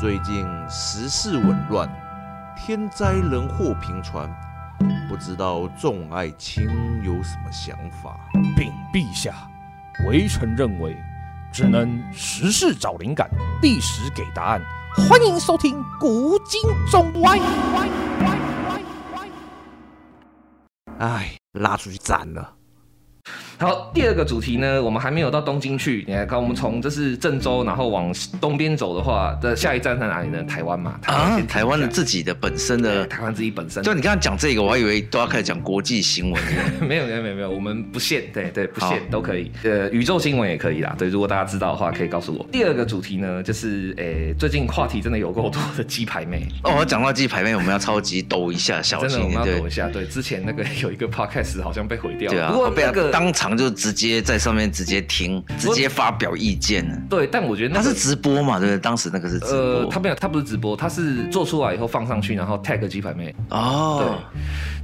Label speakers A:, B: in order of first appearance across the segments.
A: 最近时事紊乱，天灾人祸频传，不知道众爱卿有什么想法？
B: 禀陛下，微臣认为，只能时事找灵感，历史给答案。欢迎收听《古今中外》。
A: 哎，拉出去斩了！
C: 好，第二个主题呢，我们还没有到东京去。你来看，我们从这是郑州，然后往东边走的话，的下一站在哪里呢？台湾嘛。
D: 啊
C: 先，
D: 台湾的
C: 停一下
D: 自己的本身
C: 对
D: 的，
C: 台湾自己本身。
D: 就你刚刚讲这个，我还以为都要开始讲国际新闻 了。
C: 没有没有没有没有，我们不限，对对不
D: 好
C: 限都可以。呃，宇宙新闻也可以啦，对，如果大家知道的话，可以告诉我。第二个主题呢，就是诶、最近话题真的有够多的鸡排妹，
D: 哦，我讲到自己排面，我们要超级抖一下，小
C: 真的
D: 心
C: 我
D: 一
C: 们要
D: 点。对
C: 抖一下。对，之前那个 有一个 podcast 好像被毁掉了，
D: 嗯对啊，
C: 不过
D: 被
C: 那
D: 他
C: 个
D: 当场就直接在上面直接停，直接发表意见了。
C: 对，但我觉得那
D: 他
C: 个
D: 是直播嘛？对不对？当时那个是直
C: 呃，
D: 播
C: 他。没有，他不是直播，他是做出来以后放上去，然后 tag 鸡排妹。对
D: 哦，，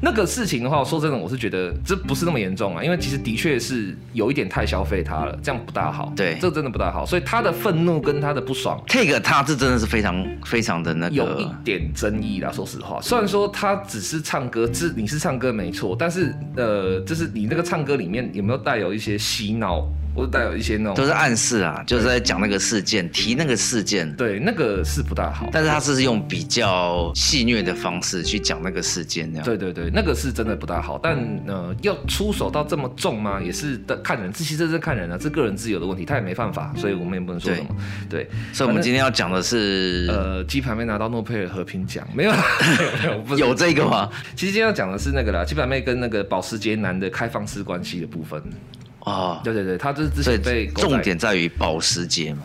C: 那个事情的话，说真的，我是觉得这不是那么严重啊，因为其实的确是有一点太消费他了，这样不大好。
D: 对
C: 这真的不大好，所以他的愤怒跟他的不爽
D: take 他这真的是非常非常的那
C: 有一
D: 个，
C: 点争议啦。说实话，虽然说他只是唱歌，是你是唱歌没错，但是呃，就是你那个唱歌里面有没有带有一些洗脑，或者带有一些那
D: 都
C: 种
D: 是暗示啊，就是在讲那个事件，提那个事件。
C: 对，那个是不大好。
D: 但是他是用比较戏谑的方式去讲那个事件，那样。
C: 对对对，那个是真的不大好，但
D: 嗯
C: 呃，要出手到这么重吗？也是的，看人，这其实这是看人啊，这个人自由的问题，他也没办法，所以我们也不能说什么。对，
D: 所以我们今天要讲的是，
C: 呃，鸡排妹拿到诺贝尔和平奖没有 啦？没有没有，不是
D: 有这个吗？
C: 其实今天要讲的是那个啦，鸡排妹跟那个呃保时捷男的开放式关系的部分。
D: 哦，
C: 对对对，他就是之
D: 所以
C: 前被狗仔
D: 重点在于保时 捷嘛，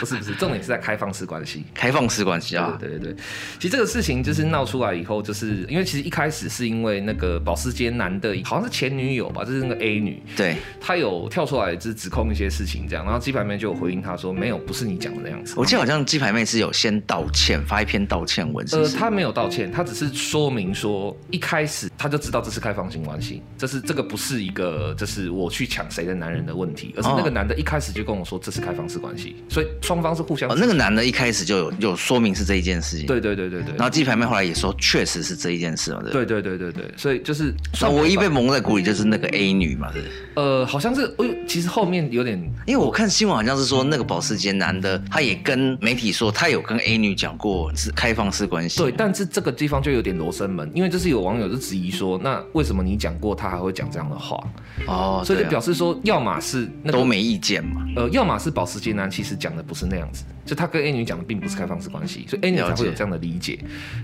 C: 不是不是，重点是在开放式关系。
D: 开放式关系啊。
C: 对对对对，其实这个事情就是闹出来以后，就是因为其实一开始是因为那个保时捷男的好像是前女友吧，就是那个 A 女，
D: 对，
C: 她有跳出来就是指控一些事情这样，然后鸡排妹就有回应她说没有，不是你讲的那样子。
D: 我记得好像鸡排妹是有先道歉，发一篇道歉文，是不
C: 呃，
D: 是？
C: 她没有道歉，她只是说明说一开始她就知道这是开放性关系，这是这个不是一个就是我去抢谁的男人的问题，而是那个
D: 哦
C: 男的一开始就跟我说这是开放式关系，所以双方是互相
D: 哦，那个男的一开始就有有说明是这一件事情，。
C: 对对对对对，
D: 然后鸡排妹后来也说，确实是这一件事嘛，对不对。
C: 对对对对对，所以就是
D: 那唯一被蒙在鼓里就是那个 A 女嘛，对不对。
C: 呃，好像是，哎呦，其实后面有点，
D: 因为我看新闻好像是说，那个保时捷男的他也跟媒体说，他有跟 A 女讲过是开放式关系。
C: 对，但是这个地方就有点罗生门，因为就是有网友就质疑说，那为什么你讲过他还会讲这样的话？
D: 哦，
C: 所以
D: 对
C: 就
D: 啊
C: 表示说，要么是那个
D: 都，没意见嘛。
C: 呃，要么是保时捷男其实讲的不是那样子，就他跟 A 女讲的并不是开放式关系，所以 A 女才
D: 了解
C: 会有这样的理解，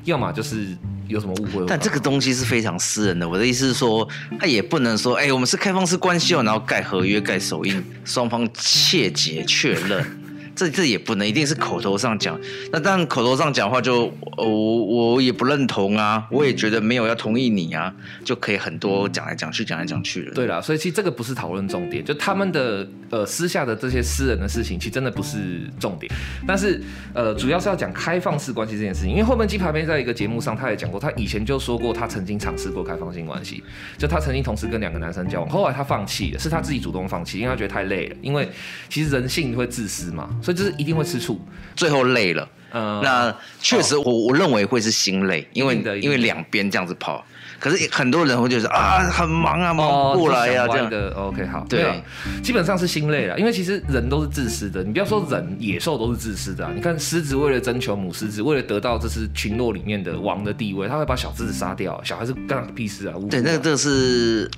C: 要么就是有什么误会或干嘛。
D: 但这个东西是非常私人的，我的意思是说，他也不能说，哎、我们是开放式关系哦，然后盖合约、盖手印，双方切结确认， 这这也不能，一定是口头上讲。那当然口头上讲话就，呃我我也不认同啊，我也觉得没有要同意你啊，就可以很多讲来讲去，讲来讲去了。
C: 对啦，所以其实这个不是讨论重点，就他们的呃私下的这些私人的事情，其实真的不是重点。但是呃，主要是要讲开放式关系这件事情，因为后面鸡排妹在一个节目上，她也讲过，她以前就说过，她曾经尝试过开放性关系，就她曾经同时跟两个男生交往，后来她放弃了，是她自己主动放弃，因为她觉得太累了，因为其实人性会自私嘛，所以就是一定会吃醋。
D: 最后累了。
C: 呃，
D: 那确实我，我、认为会是心累，因为
C: 一定的一定
D: 因为
C: 的
D: 两边这样子跑，可是很多人会觉得啊，很忙
C: 哦
D: 啊，忙不过来呀、
C: 呀，
D: 啊，这样。
C: 的 OK 好，
D: 对啊
C: 没有啦，啊基本上是心累了，因为其实人都是自私的，你不要说人，野兽都是自私的、啊。你看狮子为了征求母狮子，为了得到这是群落里面的王的地位，他会把小狮子杀掉，小孩子干他屁事啊？无辜啊
D: 对，那个这个是，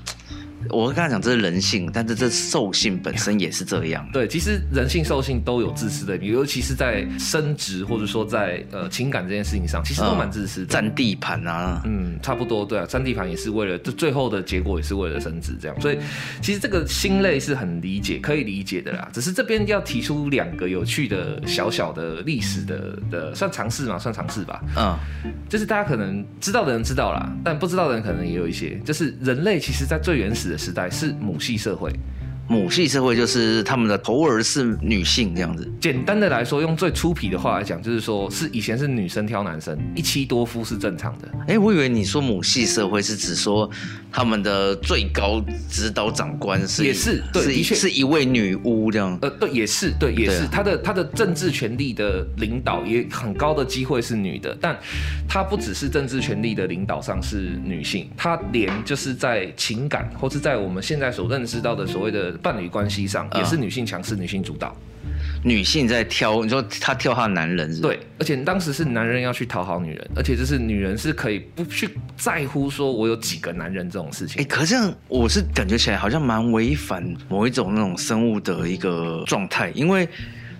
D: 我刚才讲这是人性，但是这兽性本身也是这样。
C: 对，其实人性、兽性都有自私的一面，尤其是在生殖或者说在呃情感这件事情上，其
D: 嗯
C: 实都蛮自私的。
D: 占地盘啊，
C: 嗯，差不多，对啊，占地盘也是为了，就最后的结果也是为了升值这样，所以其实这个心累是很理解，可以理解的啦。只是这边要提出两个有趣的小小的历史的的算尝试嘛，算尝试吧。
D: 嗯，
C: 就是大家可能知道的人知道啦，但不知道的人可能也有一些。就是人类其实在最原始的时代是母系社会，
D: 母系社会就是他们的头儿是女性这样子，
C: 简单的来说，用最粗鄙的话来讲，就是说是以前是女生挑男生，一妻多夫是正常的。
D: 哎、我以为你说母系社会是指说他们的最高指导长官是
C: 也是对
D: 是一
C: 的确
D: 是一位女巫这样。
C: 呃，对，也是，对，也
D: 对
C: 是，
D: 啊
C: 他的他的政治权力的领导也很高的机会是女的，但他不只是政治权力的领导上是女性，他连就是在情感或是在我们现在所认知到的所谓的伴侣关系上，
D: 啊
C: 也是女性强势、女性主导。
D: 女性在挑，你说她挑她的男人是吧？
C: 对，而且当时是男人要去讨好女人，而且就是女人是可以不去在乎说我有几个男人这种事
D: 哎、
C: 情。
D: 可是这样我是感觉起来好像蛮违反某一种那种生物的一个状态，因为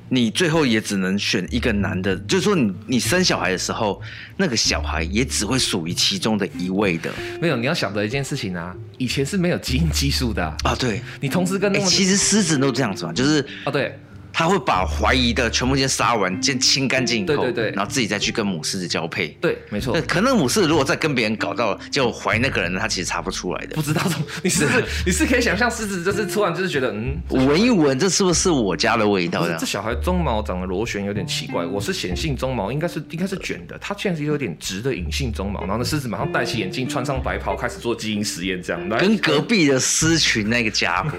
D: 你最后也只能选一个男的，就是说你你生小孩的时候，那个小孩也只会属于其中的一位的
C: 没有，你要想的一件事情啊，以前是没有基因技术的啊、
D: 啊。对，
C: 你同时跟
D: 哎、
C: 那么、
D: 其实狮子都这样子嘛，就是
C: 哦对。
D: 他会把怀疑的全部先杀完，先清干净以后，
C: 对对对
D: 然后自己再去跟母狮子交配。
C: 对，没错
D: 那。可能母狮子如果再跟别人搞到，就怀那个人，他其实查不出来的
C: 不。知道怎么，你是不是你是可以想象狮子就是突然就是觉得，嗯，
D: 我闻一闻，这是不是我家的味道？
C: 不
D: 这
C: 是
D: 样
C: 这小嗯孩鬃毛长得螺旋有点奇怪，我是显性鬃毛，应该是应该是卷的，它现在是有点直的隐性鬃毛。然后那狮子马上戴起眼镜，穿上白袍，开始做基因实验，这样来
D: 跟隔壁的狮群那个 家伙，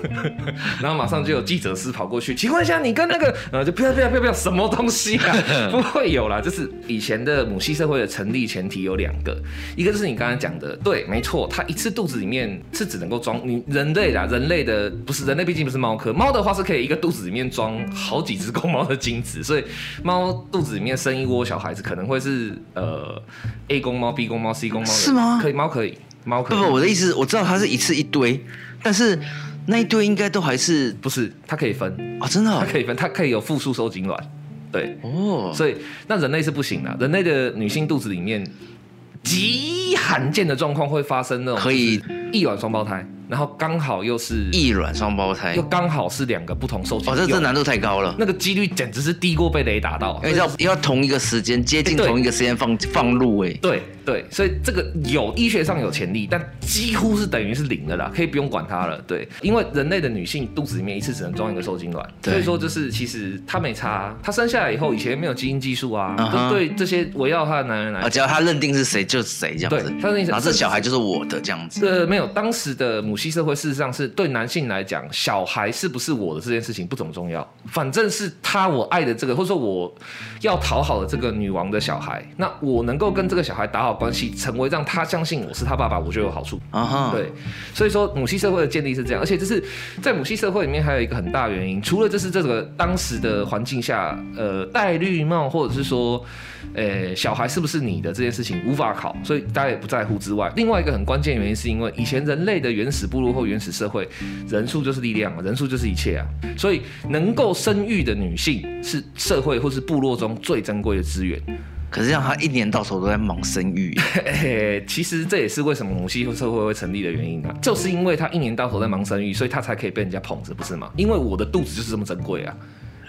C: 然后马上就有记者师跑过去，请问一下，你跟那个呃，就不要不要不要不要什么东西啊？ 不会有啦，就是以前的母系社会的成立前提有两个，一个就是你刚才讲的，对，没错，它一次肚子里面是只能够装你人类啦，人类的不是人类，毕竟不是猫科，猫的话是可以一个肚子里面装好几只公猫的精子，所以猫肚子里面生一窝小孩子，可能会是呃 A 公猫、B 公猫、C 公猫的，
D: 是吗
C: 可以，猫可以，猫可
D: 不
C: 以，
D: 不，我的意思，我知道它是一次一堆，但是那一堆应该都还是
C: 不是，它可以分，
D: 哦，真的
C: 它
D: 哦
C: 可以分，它可以有复数受精卵，对。
D: 哦
C: 所以那人类是不行的，啊人类的女性肚子里面极罕见的状况会发生那种
D: 可以
C: 一卵双胞胎，然后刚好又是
D: 异卵双胞胎
C: 又，刚好是两个不同受精
D: 哦，
C: 卵，
D: 这这难度太高了。
C: 那个几率简直是低过被雷打到，啊
D: 因为要要同一个时间，接近
C: 哎对
D: 同一个时间放放入哎，
C: 对对，所以这个有医学上有潜力，但几乎是等于是零的啦，可以不用管它了。对，因为人类的女性肚子里面一次只能装一个受精卵，
D: 对
C: 所以说就是其实她没差，她生下来以后以前没有基因技术啊，
D: 嗯哼
C: 就对这些围绕她的男人来
D: 啊，
C: 讲。
D: 只要他认定是谁就是谁这样子
C: 对，他认定是
D: 然后这小孩就是我的这样子。
C: 呃，没有，当时的母系社会事实上是对男性来讲，小孩是不是我的这件事情不怎么重要，反正是他我爱的这个，或者说我要讨好的这个女王的小孩，那我能够跟这个小孩打好关系，成为让他相信我是他爸爸，我就有好处。
D: 啊哈，
C: 对，所以说母系社会的建立是这样，而且就是在母系社会里面还有一个很大原因，除了就是这个当时的环境下，呃，戴绿帽或者是说，呃，小孩是不是你的这件事情无法考，所以大家也不在乎之外，另外一个很关键原因是因为以前人类的原始部落或原始社会，人数就是力量啊，人数就是一切啊，所以能够生育的女性是社会或是部落中最珍贵的资源。
D: 可是让他一年到头都在忙生 育，
C: 嘿，其实这也是为什么母系社会会成立的原因啊，就是因为他一年到头在忙生育，所以他才可以被人家捧着，不是吗？因为我的肚子就是这么珍贵啊！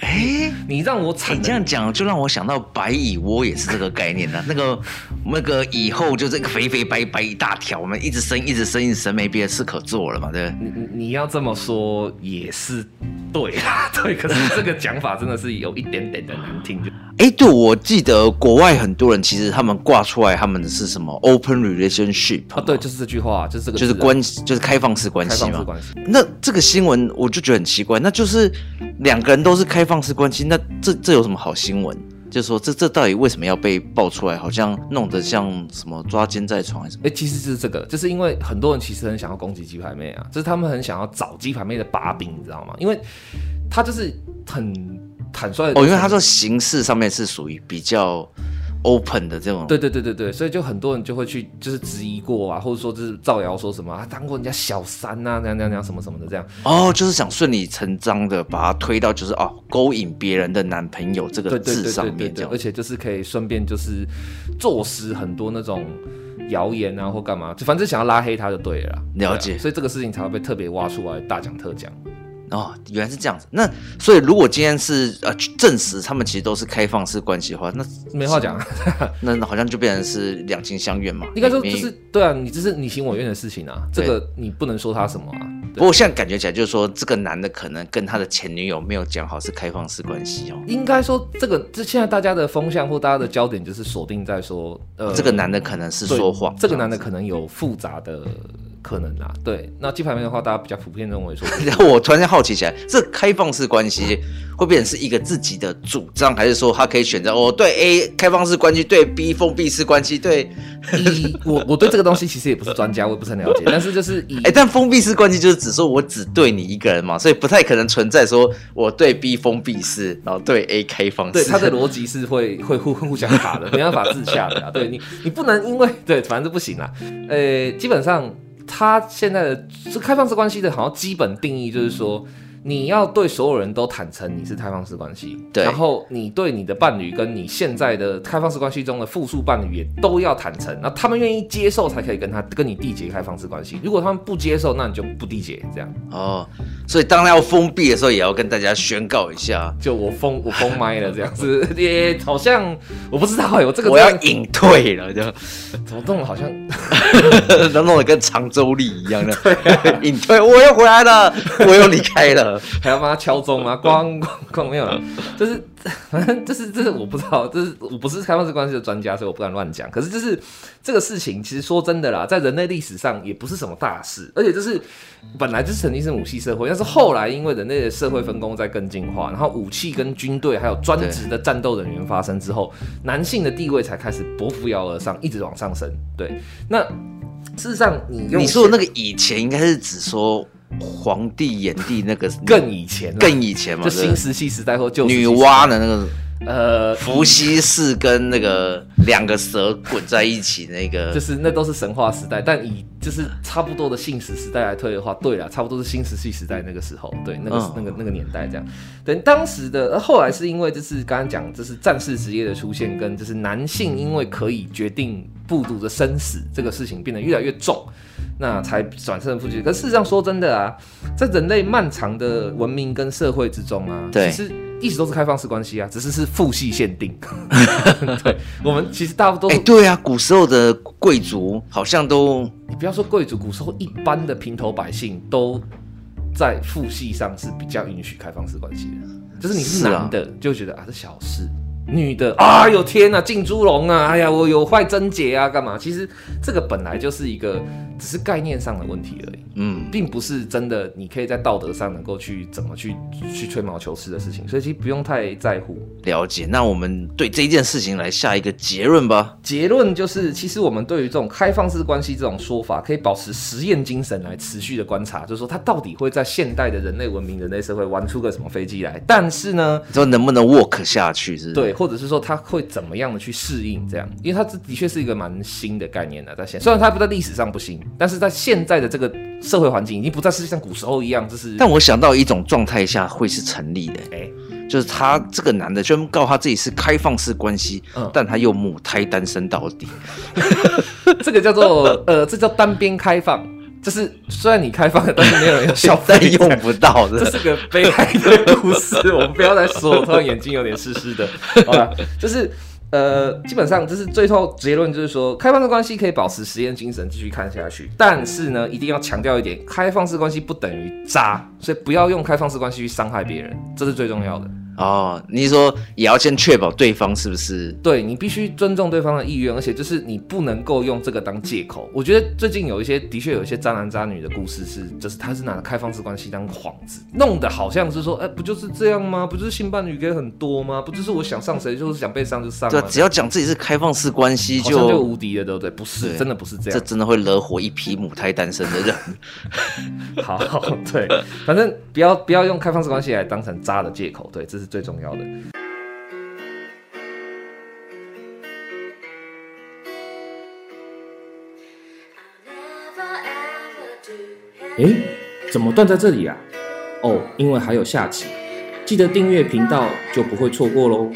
D: 哎。
C: 你让我产
D: 你
C: 能
D: 这样讲就让我想到白蚁窝也是这个概念的、啊那个那个蚁后就这个肥肥白白一大条，我们一直生一直生一直生，没别的事可做了嘛，对不对？
C: 你你你要这么说也是对啦， 对，可是这个讲法真的是有一点点的难听，就
D: 哎，对，我记得国外很多人其实他们挂出来他们的是什么 open relationship
C: 啊，对，就是这句话，就是这个字
D: 就
C: 啊，
D: 是关就是开放式关
C: 开
D: 系
C: 放式
D: 嘛。
C: 关系。
D: 那这个新闻我就觉得很奇怪，那就是两个人都是开放式关系，那这这有什么好新闻？就是说这这到底为什么要被爆出来？好像弄得像什么抓奸在床还是什么？
C: 哎、其实就是这个，就是因为很多人其实很想要攻击鸡排妹啊，就是他们很想要找鸡排妹的把柄，你知道吗？因为她就是很坦率地
D: 哦，因为他说形式上面是属于比较 open 的这种，
C: 对对对对对，所以就很多人就会去就是质疑过啊，或者说就是造谣说什么啊，当过人家小三呐、啊，这样这样这样什么什么的这样。
D: 哦，就是想顺理成章的把他推到就是哦勾引别人的男朋友这
C: 对
D: 个
C: 对对
D: 字
C: 对
D: 上
C: 对
D: 面这
C: 对，
D: 样
C: 而。且就是可以顺便就是坐实很多那种谣言啊或干嘛，就反正想要拉黑他就对了啦。
D: 了
C: 对啊
D: 解
C: 所以这个事情才会被特别挖出来大讲特讲。
D: 哦，原来是这样子。那所以如果今天是呃证实他们其实都是开放式关系的话，那
C: 没话讲啊，
D: 那好像就变成是两情相悦嘛。
C: 应该说就
D: 没
C: 是对啊，你这是你情我愿的事情啊，这
D: 对
C: 个你不能说他什么啊。
D: 不过现在感觉起来，就是说这个男的可能跟他的前女友没有讲好是开放式关系哦。
C: 应该说，这个这现在大家的风向或大家的焦点就是锁定在说，呃，
D: 这个男的可能是
C: 对
D: 说谎，
C: 这个男的可能有复杂的可能啦。对，那鸡排妹的话，大家比较普遍认为 说，
D: 然后我突然间好奇起来，这开放式关系会变成是一个自己的主张，还是说他可以选择哦，对 A 开放式关系，对 B 封闭式关系，对，
C: 以我我对这个东西其实也不是专家，我也不是很了解，但是就是以
D: 哎，但封闭式关系就是只说我只对你一个人嘛，所以不太可能存在说我对 B 封闭式，然后对 A 开放式。
C: 对他的逻辑是会 会互互相卡的，没办法自洽的啊。对你，你不能因为 对，反正这不行啦。呃，基本上他现在的这开放式关系的，好像基本定义就是说，你要对所有人都坦诚你是开放式关系，
D: 对
C: 然后你对你的伴侣跟你现在的开放式关系中的复数伴侣也都要坦诚，那他们愿意接受才可以跟他跟你缔结开放式关系。如果他们不接受，那你就不缔结，这样。
D: 哦，所以当他要封闭的时候，也要跟大家宣告一下，
C: 就我封我封麦了这样子， 也好像我不知道哎、我这个
D: 我要
C: 这样
D: 隐退了，就
C: 怎么弄得好像
D: 然 后弄得跟长州力一样
C: 啊
D: 的 隐退，我又回来了，我又离开了。
C: 还要帮他敲钟啊吗？咣咣咣没有了，就是反正就是这是我不知道，这是我不是开放式关系的专家，所以我不敢乱讲。可是就是这个事情，其实说真的啦，在人类历史上也不是什么大事，而且就是本来就是曾经是母系社会，但是后来因为人类的社会分工在更进化，然后武器跟军队还有专职的战斗人员发生之后，男性的地位才开始薄扶摇而上，一直往上升。对，那。事实上，你用
D: 你说
C: 现
D: 的那个以前应该是指说皇帝炎帝那个
C: 更以前啦，
D: 更以前嘛，
C: 就
D: 对不
C: 新
D: 对
C: 石器时代或旧石器
D: 女
C: 时代
D: 娲的那个
C: 呃，
D: 伏羲氏跟那个两个蛇滚在一起那个，
C: 就是那都是神话时代，但以就是差不多的信史时代来推的话，对了，差不多是新石器时代那个时候，对，那个、
D: 嗯
C: 那个那个年代这样。等当时的呃后来是因为就是刚刚讲，就是战士职业的出现，跟就是男性因为可以决定部族的生死这个事情变得越来越重，那才转身父亲。可事实上说真的啊，在人类漫长的文明跟社会之中啊，
D: 对
C: 其实一直都是开放式关系啊，只是是父系限定。 对，我们其实大多
D: 哎、
C: 数
D: 对啊，古时候的贵族好像都
C: 你不要说贵族，古时候一般的平头百姓都在父系上是比较允许开放式关系的，就是你是
D: 是啊
C: 男的、就觉得啊这小事，女的啊有天啊进猪笼啊，哎呀我有坏贞洁啊干嘛？其实这个本来就是一个只是概念上的问题而已，
D: 嗯，
C: 并不是真的你可以在道德上能够去怎么去去吹毛求疵的事情，所以其实不用太在乎。
D: 了解。那我们对这件事情来下一个结论吧。
C: 结论就是，其实我们对于这种开放式关系这种说法，可以保持实验精神来持续的观察，就是说它到底会在现代的人类文明、人类社会玩出个什么飞机来。但是呢，
D: 你说能不能 work 下去是不是？
C: 对，或者是说它会怎么样的去适应这样，因为它这的确是一个蛮新的概念了、啊在现虽然它不在历史上不新，但是在现在的这个社会环境，已经不再是像古时候一样，就是
D: 但我想到一种状态下会是成立的，
C: 哎
D: 就是他这个男的宣告他自己是开放式关系，
C: 嗯
D: 但他又母胎单身到底。
C: 这个叫做呃，这叫单边开放，就是虽然你开放了，但是没有人要消费
D: 但用不到
C: 这
D: 的。
C: 是个悲哀的故事，我们不要再说，我突然眼睛有点湿湿的。好了，就是呃，基本上就是最后结论就是说，开放式关系可以保持实验精神继续看下去，但是呢，一定要强调一点，开放式关系不等于渣，所以不要用开放式关系去伤害别人，这是最重要的。
D: 哦，你是说也要先确保对方是不是？
C: 对你必须尊重对方的意愿，而且就是你不能够用这个当借口。我觉得最近有一些的确有一些渣男渣女的故事是，就是他是拿开放式关系当幌子，弄得好像是说，哎、不就是这样吗？不就是性伴侣可以很多吗？不就是我想上谁就是想被上就上
D: 对
C: 吗
D: 啊，？只要讲自己是开放式关系
C: 好像就
D: 就，
C: 无敌了，对不对？不是，
D: 对
C: 真的不是这
D: 这
C: 样。
D: 真的会惹火一批母胎单身的人。
C: 好，对，反正不要不要用开放式关系来当成渣的借口，对，这是最重要的。
B: 诶，怎么断在这里啊？哦，因为还有下集，记得订阅频道就不会错过喽。